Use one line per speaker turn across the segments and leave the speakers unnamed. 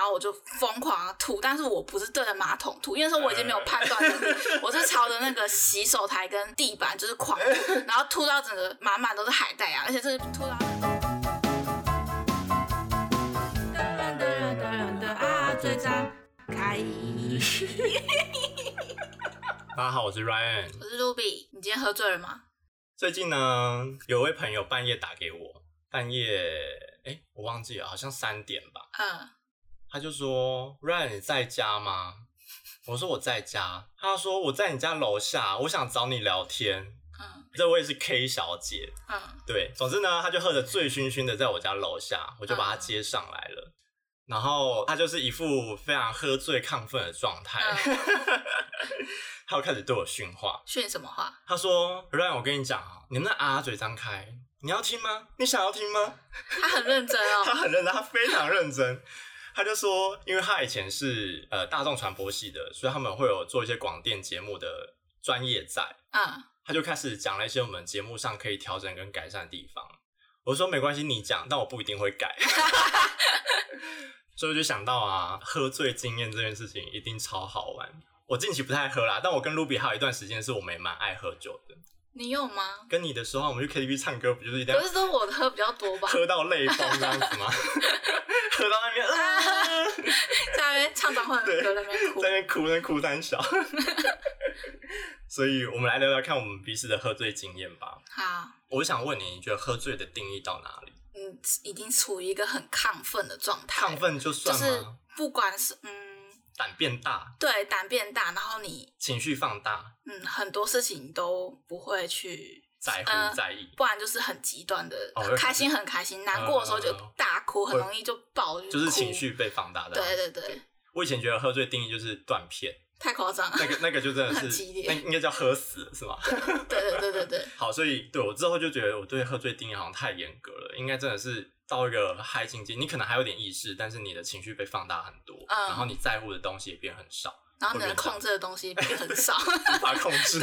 后我就疯狂地吐，但是我不是对着马桶吐，因为那时候我已经没有判断能力，我是朝着那个洗手台跟地板就是狂吐，然后吐到整个满满都是海带啊，而且这是吐到那种。啊，最渣开！
大家好，我是 Ryan。
我是 Ruby，你今天喝醉了吗？
最近呢，有位朋友半夜打给我，半夜哎、诶我忘记了，好像三点吧。
嗯，
他就说：“Ryan 你在家吗？” 我说我在家。他说我在你家楼下，我想找你聊天。
嗯
这位是 K 小姐，
嗯
对，总之呢，他就喝得醉醺醺的，在我家楼下，我就把他接上来了。然后他就是一副非常喝醉亢奋的状态， 他又开始对我训话。
训什么话？
他说：“让我跟你讲啊，你们那啊嘴张开，你要听吗？你想要听吗？”
他很认真
他
哦。
很认真，他非常认真。他就说，因为他以前是呃大众传播系的，所以他们会有做一些广电节目的专业在。
嗯，
他就开始讲了一些我们节目上可以调整跟改善的地方。我说没关系，你讲，但我不一定会改。 所以我就想到啊，喝醉经验这件事情一定超好玩。我近期不太喝啦，但我跟卢比还有一段时间是我们也蛮爱喝酒的。
你有吗？
跟你的时候，我们去 KTV 唱歌，不就是一定要
不是说我喝比较多 吧，
喝到泪崩这样子吗？ 喝到那 边啊，
在那边唱脏话的歌，在那边哭
在那。边哭，在那边哭三小。 所以，我们来聊聊看我们彼此的喝醉经验吧。
好，
我想问你，你觉得喝醉的定义到哪里？
嗯，已经处于一个很亢奋的状态，
亢奋就
就
算吗？
是不管是嗯，
胆变大，
对，胆变大，然后你
情绪放大，
嗯很多事情都不会去
在乎、
嗯
在意，
不然就是很极端的，
哦嗯
很开心很开心，难过的时候就大哭，很容易就爆，
就是
哭
情。绪被放大的。
对对对，
我以前觉得喝醉定义就是断片，
太夸张了。
那个那个就真 的
很
是
激，烈
那应该叫喝死是吗？
对对对对对，
好，所以对我之后就觉得我对喝醉定义好像太严格了，应该真的是到一个嗨境界，你可能还有点意识，但是你的情绪被放大很多，
嗯
然后你在乎的东西也变很少，
然后你能控制的东西很 少，
无法控制。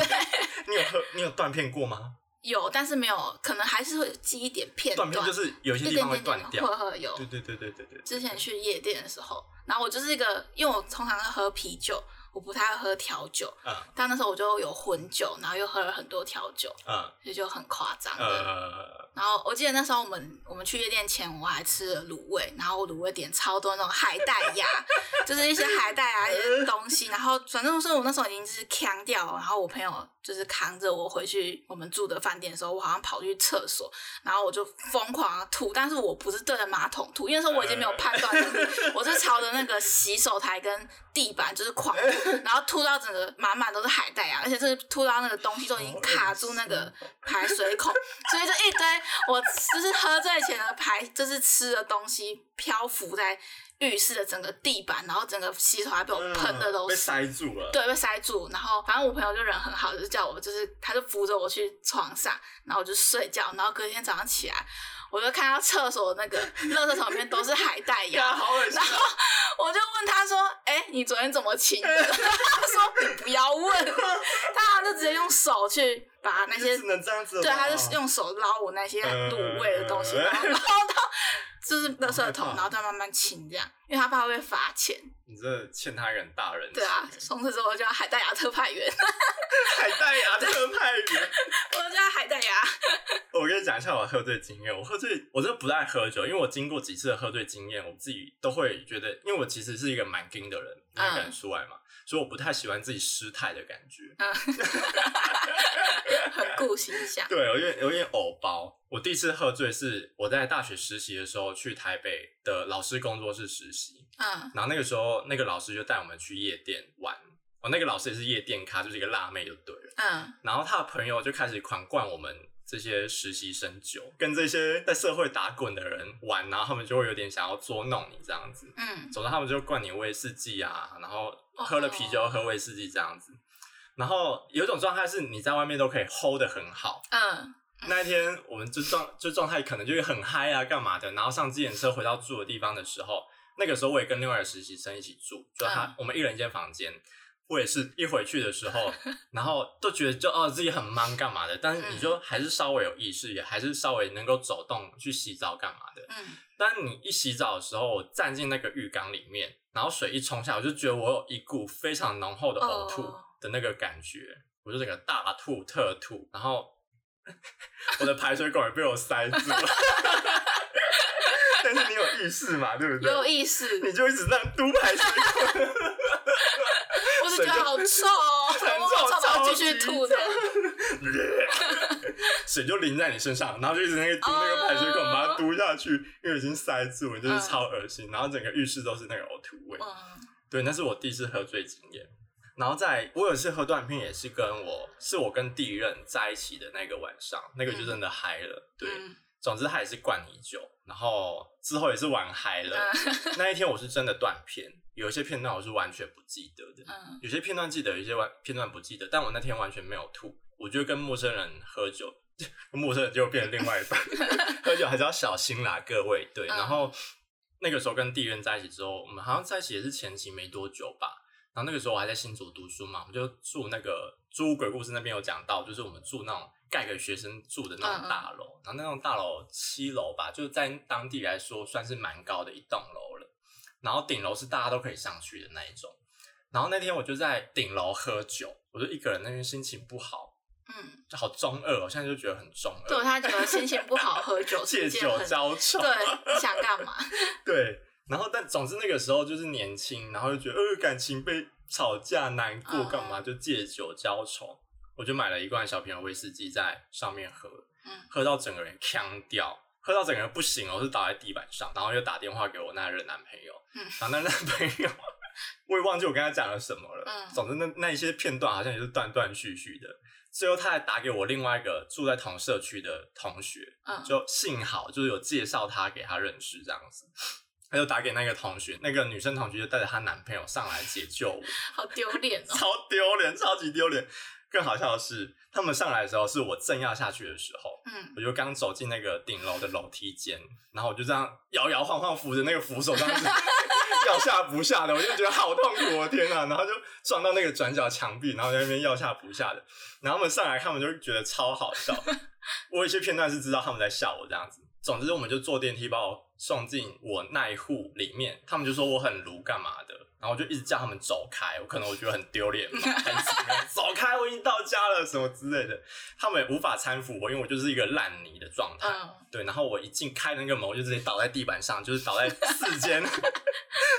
你有喝你有断片过吗？
有，但是没有，可能还是会记一点片
断
段，
片就是有些
一
地
点
方会
点
断
点
掉
会。会有。
对对对对对对。
之前去夜店的时候，然后我就是一个，因为我通常是喝啤酒，我不太会喝调酒，
嗯
但那时候我就有混酒，然后又喝了很多调酒，
嗯
所以就很夸张的。
呃，
然后我记得那时候我们我们去夜店前，我还吃了卤味，然后我卤味点超多那种海带呀， 就是一些海带啊一些东西，然后反正是我那时候已经就是扛掉了，然后我朋友就是扛着我回去我们住的饭店的时候，我好像跑去厕所，然后我就疯狂的吐，但是我不是对着马桶吐，因为那时候我已经没有判断能力，我是朝着那个洗手台跟地板就是狂吐，然后吐到整个满满都是海带啊，而且这吐到那个东西都已经卡住那个排水孔，所以就一堆我就是喝醉前的排，就是吃的东西漂浮在浴室的整个地板，然后整个洗手台被我喷的都
嗯被
是。
塞住了。
对，被塞住。然后反正我朋友就人很好，就是叫我，就是他就扶着我去床上，然后我就睡觉。然后隔天早上起来，我就看到厕所那个 垃圾桶里面都是海带
干，
芽。
好恶心
然！后我就问他说：“哎、你昨天怎么清的？” 他说：“你不要问。”他好像就直接用手去把那些
就只能这样子了
对，
吧，
他就是用手捞我那些卤味的东西，
嗯
然后捞到就是 垃圾桶
好害怕，
然后再慢慢清这样，因为他怕会罚钱。
你这欠他一个很大人。
对啊，，从此之后我叫海带芽特派员，
海带啊牙特派员。
我叫海带芽。
我跟你讲一下我喝醉经验。我喝醉，我真的不爱喝酒，因为我经过几次的喝醉经验，我自己都会觉得，因为我其实是一个蛮硬的人，你也敢出来嘛，所以我不太喜欢自己失态的感觉。
嗯，很顾形象。
对，我有点有点偶包。我第一次喝醉是我在大学实习的时候去台北的老师工作室实习，
嗯
然后那个时候，那个老师就带我们去夜店玩。哦，那个老师也是夜店咖，就是一个辣妹就对了。
嗯，
然后他的朋友就开始狂灌我们这些实习生酒，跟这些在社会打滚的人玩，然后他们就会有点想要捉弄你这样子。
嗯，
总之，他们就灌你威士忌啊，然后喝了啤酒又喝威士忌这样子。然后有一种状态是你在外面都可以 hold 的很好，
嗯
那一天我们就状就状态可能就是很嗨啊，干嘛的？然后上自行车回到住的地方的时候，那个时候我也跟另外的实习生一起住，就他、
嗯
我们一人一间房间。我也是一回去的时候，然后都觉得就哦自己很忙干嘛的，但是你就还是稍微有意识，也还是稍微能够走动去洗澡干嘛的。
嗯，
但你一洗澡的时候，我站进那个浴缸里面，然后水一冲下，我就觉得我有一股非常浓厚的呕吐
哦
的那个感觉我就整个大吐特吐，然后我的排水管也被我塞住了。但是你有意识嘛，对不对？
有意思，
你就一直这样嘟排水管，
我是觉得好臭哦，
水就
我臭
很臭
到继续吐的，
水就淋在你身上，然后就一直那个嘟那个排水管，把
哦
它嘟下去，因为已经塞住了，就是超恶心。然后整个浴室都是那个呕吐味。
嗯
对，那是我第一次喝醉经验。然后在我有一次喝断片，也是跟我是我跟第一任在一起的那个晚上，那个就真的嗨了。 对，
嗯
总之他也是灌你酒，然后之后也是玩嗨了。
嗯
那一天我是真的断片，有一些片段我是完全不记得的，
嗯
有些片段记得，有些完片段不记得。但我那天完全没有吐，我觉得跟陌生人喝酒， 跟陌生人就变成另外一 半，喝酒还是要小心啦，各位。对，
嗯
然后那个时候跟地缘在一起之后，我们好像在一起也是前期没多久吧。然后那个时候我还在新竹读书嘛，我就住那个《租屋鬼故事》那边有讲到，就是我们住那种盖给学生住的那
嗯嗯
种大楼，然后那种大楼七楼吧，就在当地来说算是蛮高的一栋楼了。然后顶楼是大家都可以上去的那一种。然后那天我就在顶楼喝酒，我就一个人那边心情不好，
嗯，
就好中二哦，我现在就觉得很中
对，
二，
他觉得心情不好，喝酒是
借
一件
酒
很
浇愁。
对，你想干嘛？
对，然后但总之那个时候就是年轻，然后就觉得呃感情被吵架难过干嘛，
嗯
就借酒浇愁。我就买了一罐小瓶的威士忌在上面喝，
嗯
喝到整个人呛掉，喝到整个人不行了，哦我是倒在地板上，然后又打电话给我那任男朋友，
嗯
然后那任男朋友我也忘记我跟他讲了什么了，
嗯
总之那那一些片段好像也是断断续续的。最后他还打给我另外一个住在同社区的同学，
嗯
就幸好就是有介绍他给他认识这样子， 他就打给那个同学，那个女生同学就带着她男朋友上来解救我，
好丢脸哦。
超丢脸，超级丢脸。更好笑的是，他们上来的时候是我正要下去的时候，
嗯，
我就刚走进那个顶楼的楼梯间，然后我就这样摇摇晃晃扶着那个扶手，这样子 要下不下的，我就觉得好痛苦，我天啊！然后就撞到那个转角墙壁，然后在那边要下不下的。然后他们上来看，他们就觉得超好笑。我有一些片段是知道他们在笑我这样子。总之，我们就坐电梯把我送进我那一户里面，他们就说我很鲁干嘛的，然后我就一直叫他们走开，我可能我觉得很 丢脸嘛，很怎么样走开，我已经到家了什么之类的。他们也无法搀扶我，因为我就是一个烂泥的状态。
嗯
对，然后我一进开那个门，我就直接倒在地板上，就是倒在四间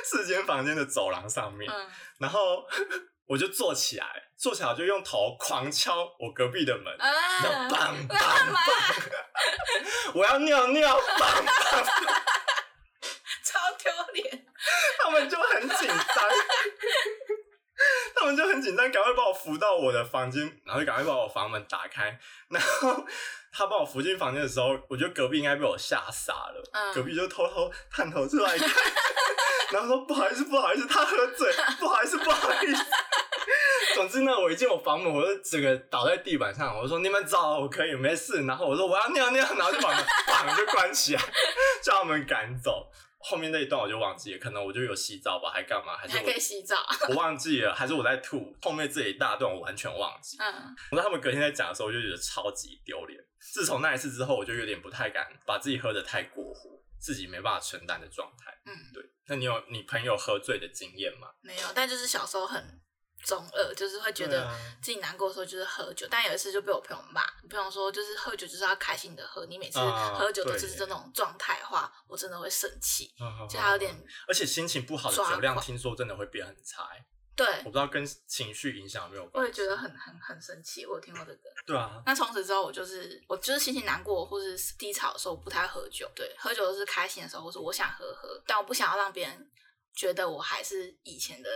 四间房间的走廊上面。
嗯
然后我就坐起来，坐起来我就用头狂敲我隔壁的门，然
啊
后，砰
干
砰，
嘛？
我要尿尿， 砰，
超丢脸。
他们就很紧张。 他们就很紧张，赶快把我扶到我的房间，然后就赶快把我房门打开。然后他把我扶进房间的时候，我觉得隔壁应该被我吓傻了。
嗯
隔壁就偷偷探头出来看， 然后说不好意思，不好意思，他喝醉，不好意思，不好意思。 总之呢，我一进我房门，我就整个倒在地板上，我说你们走，我可以没事。然后我说我要尿尿，然后就把门绑就关起来， 叫他们赶走。后面那一段我就忘记了，可能我就有洗澡吧，还干嘛？还
你
是
还
我
可以洗澡。
我忘记了，还是我在吐。后面这一大段我完全忘记。
嗯
我在他们隔天在讲的时候，我就觉得超级丢脸。自从那一次之后，我就有点不太敢把自己喝的太过火，自己没办法承担的状态。
嗯，
对，那你有你朋友喝醉的经验吗？
没有，但就是小时候很中二，就是会觉
对
得
啊
自己难过的时候就是喝酒。但有一次就被我朋友骂，我朋友说就是喝酒就是要开心的喝，你每次
啊
喝酒都
对
是
耶
这种状态的话，我真的会生气，就
还
他有点。
而且心情不好的
抓
酒量，
狂
听说真的会变很差、欸
对
我。不知道跟情绪影响有没有
我
关
也
系。
觉得很很很生气，我有听过这个。
对啊，
那从此之后，我就是我就是心情难过或是低潮的时候，我不太喝酒。对，喝酒都是开心的时候，或是我想喝喝，但我不想要让别人觉得我还是以前的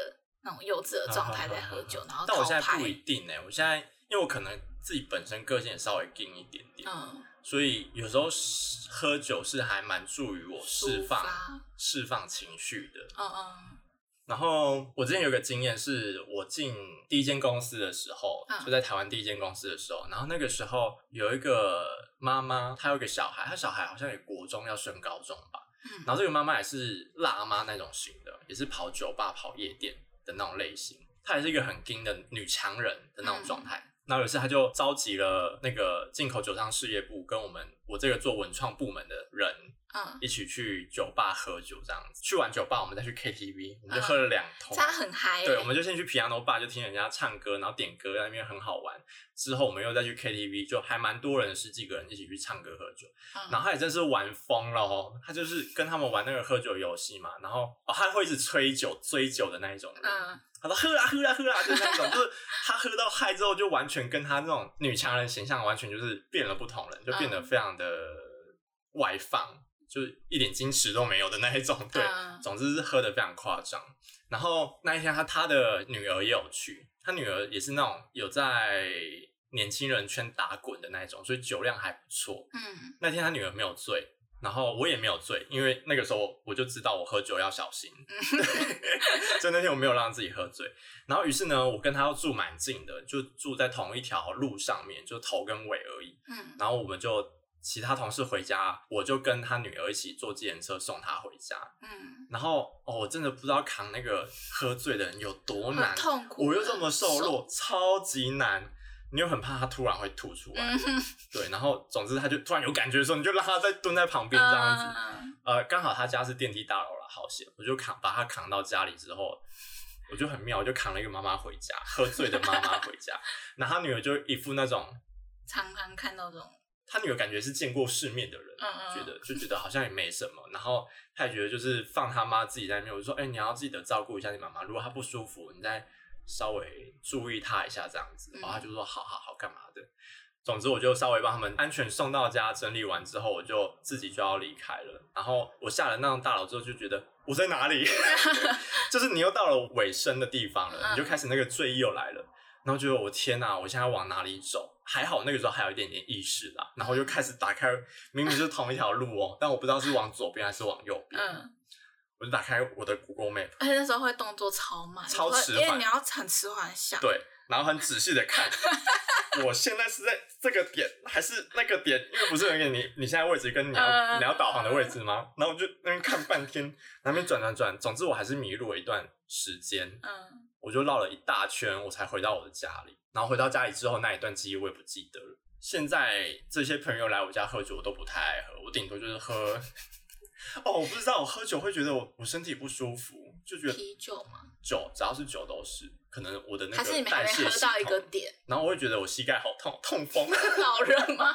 那种幼稚的状态在喝 酒，然后
但
逃
我现在
牌
不。一定欸呢、我现在因为我可能自己本身个性也稍微硬一点点，
嗯，
所以有时候是喝酒是还蛮助于我释
抒
放
发
释放情绪的。
嗯嗯
然后我之前有个经验是，我进第一间公司的时候，
嗯
就在台湾第一间公司的时候，然后那个时候有一个妈妈，她有个小孩，她小孩好像也国中要升高中吧，
嗯，
然后这个妈妈也是辣妈那种型的，也是跑酒吧、跑夜店的那种类型。她也是一个很硬的女强人的那种状态。然后有一次，她就召集了那个进口酒商事业部跟我们我这个做文创部门的人
嗯，
一起去酒吧喝酒，这样子。去完酒吧，我们再去 KTV，我们就喝了两桶。
这样很嗨欸。
对，我们就先去 piano bar 就听人家唱歌，然后点歌，在那边很好玩。之后我们又再去 KTV，就还蛮多人，十几个人一起去唱歌喝酒。
嗯
然后他也真是玩疯了哦，他就是跟他们玩那个喝酒游戏嘛，然后哦他会一直吹酒、追酒的那一种人。
嗯，
他说喝啦喝啦喝啦，就是那种，就是他喝到嗨之后，就完全跟他那种女强人形象完全就是变了不同人，就变得非常的外放，就是一点矜持都没有的那一种。对，
嗯
总之是喝的非常夸张。然后那一天他他的女儿也有去，他女儿也是那种有在年轻人圈打滚的那一种，所以酒量还不错。
嗯
那天他女儿没有醉，然后我也没有醉，因为那个时候我就知道我喝酒要小心，
嗯
所以那天我没有让自己喝醉。然后于是呢，我跟他要住蛮近的，就住在同一条路上面，就头跟尾而已。
嗯
然后我们就其他同事回家，我就跟他女儿一起坐计程车送她回家。
嗯，
然后哦，我真的不知道扛那个喝醉的人有多难
很，痛苦，啊
我又这么瘦弱，超级难。你又很怕他突然会吐出来，
嗯哼，
对，然后总之他就突然有感觉的时候，你就让他再蹲在旁边这样子。
嗯
呃，刚好他家是电梯大楼了，好险！我就扛把他扛到家里之后，我就很妙，我就扛了一个妈妈回家，喝醉的妈妈回家， 然后他女儿就一副那种，
常常看到这种，
他女儿感觉是见过世面的人，
嗯嗯
觉得就觉得好像也没什么，然后他也觉得就是放他妈自己在那边，我就说，哎、你要记得照顾一下你妈妈，如果她不舒服，你再稍微注意她一下这样子。
嗯
然后他就说，好好好，干嘛的？总之，我就稍微帮他们安全送到家，整理完之后，我就自己就要离开了。然后我下了那栋大楼之后，就觉得我在哪里？ 就是你又到了尾声的地方了，
嗯
你就开始那个醉意又来了。然后觉得我天哪、我现在往哪里走？还好那个时候还有一点点意识啦，然后就开始打开，明明是同一条路哦，但我不知道是往左边还是往右边。
嗯，
我就打开我的 Google Map，
而且那时候会动作超慢，
超
你会
迟
因为
缓
你要很迟缓想，
对，然后很仔细的看，我现在是在这个点还是那个点？因为不是有一个你你现在位置跟你要、
嗯
你要导航的位置吗？然后我就那边看半天，那边转转转，总之我还是迷路了一段时间，
嗯，
我就绕了一大圈，我才回到我的家里。然后回到家里之后，那一段记忆我也不记得了。现在这些朋友来我家喝酒，我都不太爱喝，我顶多就是喝。哦，我不知道，我喝酒会觉得我我身体不舒服，就觉得
啤酒嘛，
酒只要是酒都是，可能我的那
还
个
是你们还
代
没
谢
喝
系
到一个
统
点，
然后我会觉得我膝盖好痛，痛风。
老人 吗？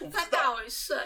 我不
他
知道，
大我一岁，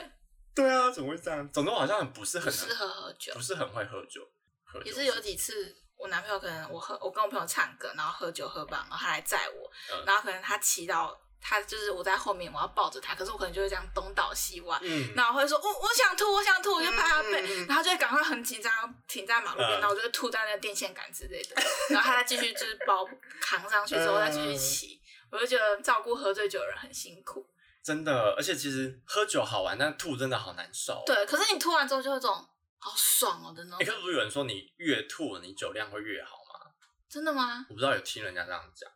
对啊，怎么会这样？总之我好像很不是很
不适合喝酒
不。是很会喝酒，喝酒
也是有几次，我男朋友可能我喝，我跟我朋友唱歌，然后喝酒喝饱，然后他来载我，
嗯
然后可能他骑到他就是我在后面，我要抱着他，可是我可能就会这样东倒西歪，
嗯，
然后会说，我我想吐，我想吐，我就拍他
嗯嗯
背，
嗯
然后就会赶快很紧张停在马路边，
嗯
然后我就会吐在那个电线杆之类的， 然后他再继续就是把我扛上去之后再继续
嗯
骑，我就觉得照顾喝醉酒的人很辛苦。
真的，而且其实喝酒好玩，但吐真的好难受。
对，可是你吐完之后就有一种好爽哦的那种，
诶，哎可是不是有人说你越吐你酒量会越好吗？
真的吗？
我不知道有听人家这样讲。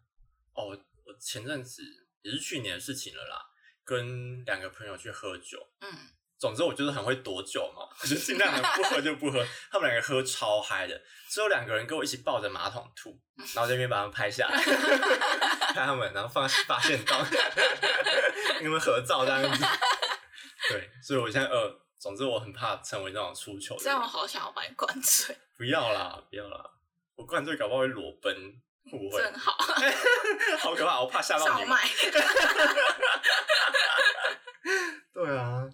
哦，我前阵子也是去年的事情了啦，跟两个朋友去喝酒，
嗯，
总之我就是很会躲酒嘛， 我就尽量能不喝就不喝。他们两个喝超嗨的，最后两个人跟我一起抱着马桶吐，然后这边把他们拍下来， 拍他们，然后放发现 到你们合照这样子。 对，所以我现在呃，总之我很怕成为那种出糗的
这样我
人。
好想要把你灌醉，
不要啦，不要啦，我灌醉搞不好会裸奔，会不会？
真好。
好可怕，我怕吓到
上
你们。
麦。
对啊，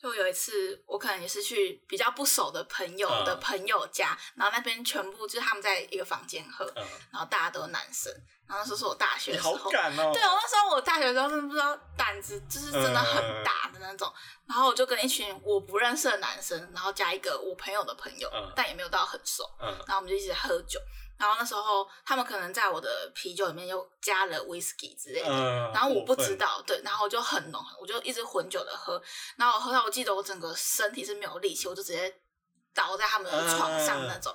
就有一次，我可能也是去比较不熟的朋友的
嗯
朋友家，然后那边全部就是他们在一个房间喝，
嗯，
然后大家都是男生，然后那时候是我大学
你
的时
好
候。
敢哦、
对，我那时候我大学的时候真的不知道胆子就是真的很大的那种，然后我就跟一群我不认识的男生，然后加一个我朋友的朋友，
嗯
但也没有到很熟，
嗯
然后我们就一直喝酒，然后那时候他们可能在我的啤酒里面又加了 whisky 之类的，
嗯，
然后我不
过分
知，道，对，然后我就很浓，我就一直混酒的喝，然后我喝到我记得我整个身体是没有力气，我就直接倒在他们的床上
嗯
那种。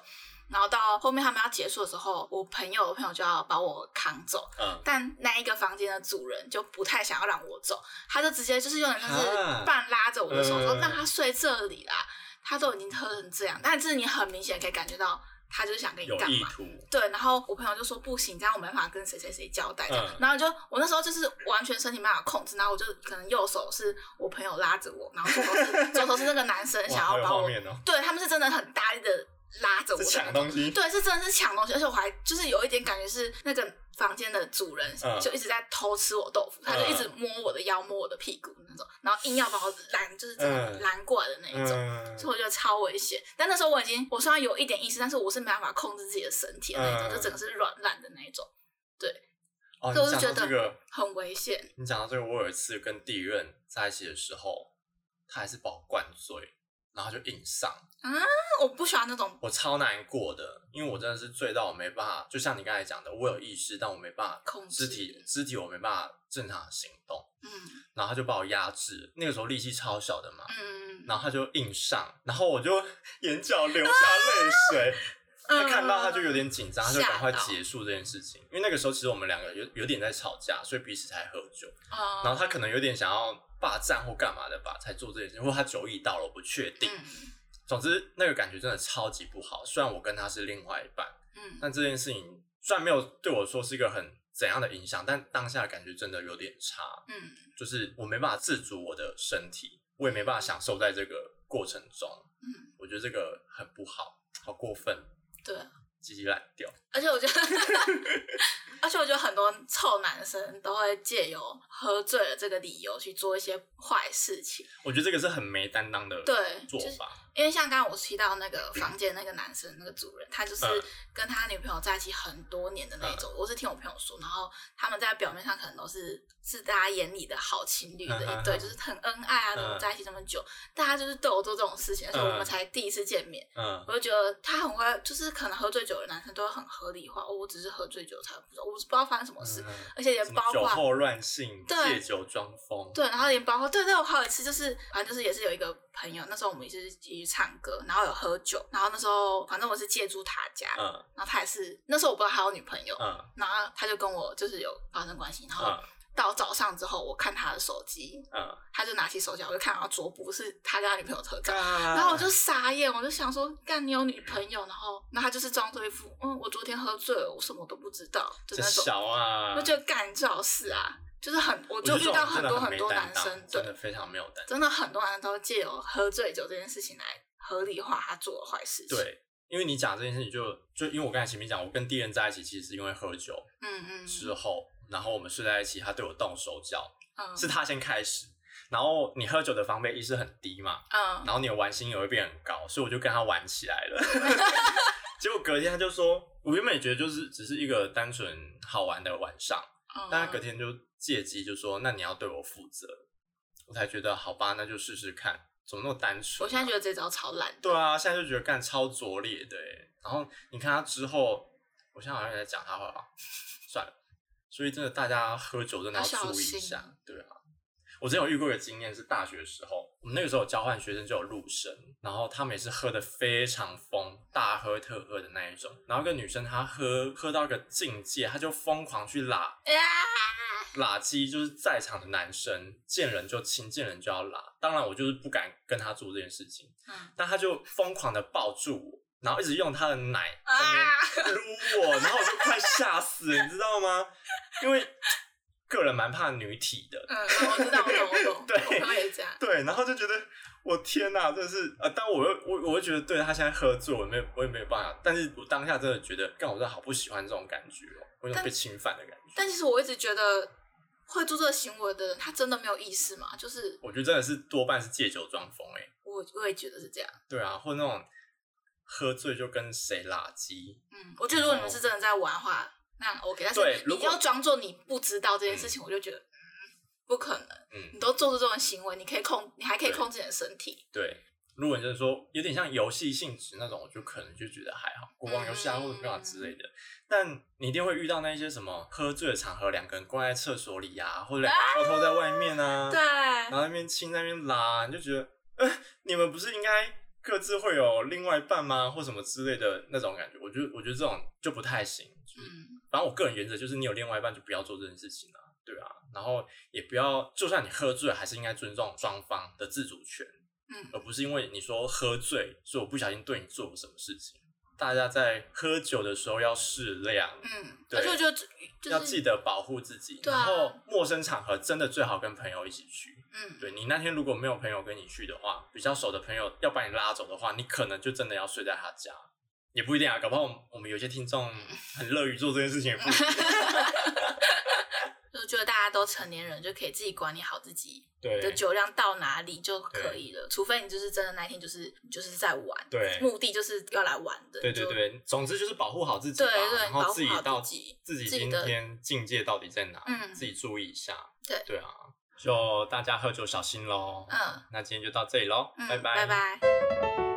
然后到后面他们要结束的时候，我朋友的朋友就要把我扛走，
嗯，
但那一个房间的主人就不太想要让我走，他就直接就是有点像是
啊
半拉着我的手说
嗯
啊让他睡这里啦。他都已经喝成这样，但是你很明显可以感觉到他就是想跟你
有
干
意
嘛。
图，
对，然后我朋友就说不行，这样我没办法跟谁谁谁交代这样。
嗯
然后就我那时候就是完全身体没办法控制，然后我就可能右手是我朋友拉着我，然后左手是 左手是那个男生想
哇，好
要
有
把
画
我，
面哦，
对他们是真的很大力的拉着我
是
的那种。
抢东西，
对，是真的是抢东西，而且我还就是有一点感觉是那个房间的主人
嗯
就一直在偷吃我豆腐，他就一直摸我的腰、摸我的屁股那种，然后硬要把我拦，就是真的
嗯
拦过来的那一种。
嗯，
所以我觉得超危险。但那时候我已经，我虽然有一点意识，但是我是没办法控制自己的身体的那一种，
嗯
就整个是软烂的那一种，
哦，
所以
你
我就
讲
觉
到
得
这个，
很危险。
你讲到这个，我有一次跟第一任在一起的时候，他还是把我灌醉，然后就硬上，
那我不喜欢那种
我超难过的，因为我真的是醉到我没办法，就像你刚才讲的，我有意识，但我没办法
控
肢
制
体肢体我没办法正常地行动，
嗯
然后他就把我压制，那个时候力气超小的嘛，
嗯，
然后他就硬上，然后我就 眼角流下泪 水。他看到他就有点紧张，他就赶快
嗯吓到
结束这件事情。因为那个时候其实我们两个有有点在吵架，所以彼此才喝酒。
嗯，
然后他可能有点想要霸占或干嘛的吧，才做这件事，情，或他酒意到了，我不确定。
嗯
总之，那个感觉真的超级不好。虽然我跟他是另外一半，
嗯
但这件事情虽然没有对我说是一个很怎样的影响，但当下的感觉真的有点差，
嗯，
就是我没办法自主我的身体，我也没办法享受在这个过程中。
嗯，
我觉得这个很不好，好过分，
对。
积极懒掉。
而且我觉得， 而且我觉得很多臭男生都会借由喝醉了这个理由去做一些坏事情。
我觉得这个是很没担当的
对
呃做
就是
法。
因为像刚刚我提到那个房间那个男生那个主人，他就是
嗯
跟他女朋友在一起很多年的那种。我是听我朋友说，然后他们在表面上可能都是是大家眼里的好情侣的
嗯嗯
一对，
嗯
就是很恩爱啊，
嗯
怎么在一起这么久，但他就是对我做这种事情，而且我们才第一次见面，
嗯
我就觉得他很会，就是可能喝醉酒的男生都会很合理化，哦，我只是喝醉酒才不知道，我不知道发生什么事，
嗯
而且也
什么
包
酒
括
后乱性，
对
借酒装疯，
对，然后连包括对对，我还有一次就是，反正就是也是有一个朋友，那时候我们也是一起去唱歌，然后有喝酒，然后那时候反正我是借住他家，
嗯
然后他也是那时候我不知道他有女朋友，
嗯
然后他就跟我就是有发生关系，然后
嗯
到早上之后，我看他的手机，
嗯，
他就拿起手机来，我就看到桌布是他跟他女朋友的合照。
然
然后我就傻眼，我就想说，干你有女朋友，然后，然后他就是装作一副，嗯，我昨天喝醉了，我什么都不知道的
这
那种。
小啊，
我觉得干这种事啊，就是很，我就
我觉
遇
得这
到
种真的
多
很
很
没
多
担
男
当
生，
真
对
的，非常没有担当。
真的很多男生都借由喝醉酒这件事情来合理化他做的坏事情。，
对，因为你讲这件事情就，就因为我刚才前面讲，我跟第一人在一起，其实是因为喝酒
嗯嗯，
之后，然后我们睡在一起，他对我动手脚，
嗯
是他先开始。然后你喝酒的防备意识很低嘛，
嗯
然后你的玩心也会变很高，所以我就跟他玩起来 了。结果隔天他就说，我原本也觉得就是只是一个单纯好玩的晚上，
嗯，
但他隔天就借机就说：“那你要对我负责。”我才觉得好吧，那就试试看，怎么那么单纯啊、
我现在觉得这招超烂的。
对啊，现在就觉得干超拙劣的欸。然后你看他之后，我现在好像也在讲他坏话，算了。所以真的，大家喝酒真的
要小
注意一
心
下，对啊。我之前有遇过一个经验，是大学的时候，我们那个时候有交换学生就有入生，然后他们也是喝的非常疯，大喝特喝的那一种。然后一个女生她喝喝到一个境界，她就疯狂去拉
啊，
拉鸡就是在场的男生见人就亲，见人就要拉。当然，我就是不敢跟他做这件事情，
嗯
但他就疯狂的抱住我，然后一直用他的奶在
啊
那边撸我，然后我就快吓死了，你知道吗？因为个人蛮怕女体的，
嗯，我知道，我懂，我懂，
对
我朋友也这样。
对，然后就觉得我天哪，真的是呃，但我又我我又觉得对他现在喝醉，我没有我也没有办法，但是我当下真的觉得，干我真的好不喜欢这种感觉哦，我有种被侵犯的感觉。
但其实我一直觉得会做这个行为的人，他真的没有意识嘛？就是
我觉得真的是多半是借酒装疯哎、欸
我我也觉得是这样。
对啊，或那种喝醉就跟谁拉鸡，
嗯，我觉得如果你们是真的在玩的话，那 OK。但
哦对
是
如
你
果
要装作你不知道这件事情，我就觉得、嗯、不可能。
嗯
你都做出这种行为，你可以控，你还可以
对
控制你的身体。
对。如果你就是说有点像游戏性质那种，我就可能就觉得还好，国王游戏啊
嗯
或者干嘛之类的。但你一定会遇到那一些什么喝醉的场合，两个人关在厕所里啊，或者两个人偷偷在外面啊，
对，
然后那边亲那边拉，你就觉得，呃，你们不是应该各自会有另外一半吗？或什么之类的那种感觉。我觉得我觉得这种就不太行，就是
嗯
反正我个人原则就是，你有另外一半就不要做这件事情啊，对啊，然后也不要，就算你喝醉，还是应该尊重双方的自主权，
嗯，
而不是因为你说喝醉，所以我不小心对你做了什么事情。大家在喝酒的时候要适量，
嗯，
对
而且我觉得就
要
就
记
是，
得保护自己。
对啊
然后陌生场合真的最好跟朋友一起去。
嗯，
对你那天如果没有朋友跟你去的话，比较熟的朋友要把你拉走的话，你可能就真的要睡在他家，也不一定啊。搞不好我们我们有些听众很乐于做这件事情，也不 一定
就觉得大家都成年人，就可以自己管理好自己的
对
酒量到哪里就可以了，除非你就是真的那一天就是你就是在玩，
对
目的就是要来玩的，
对对
就
对，总之就是保护好自己吧，
对对
然后自己
保护好
到
自己
自己
自己
今
的
天境界到底在哪，
嗯
自己注意一下。
对
对啊，就大家喝酒小心喽。
嗯
那今天就到这里喽，
嗯，
拜
拜拜。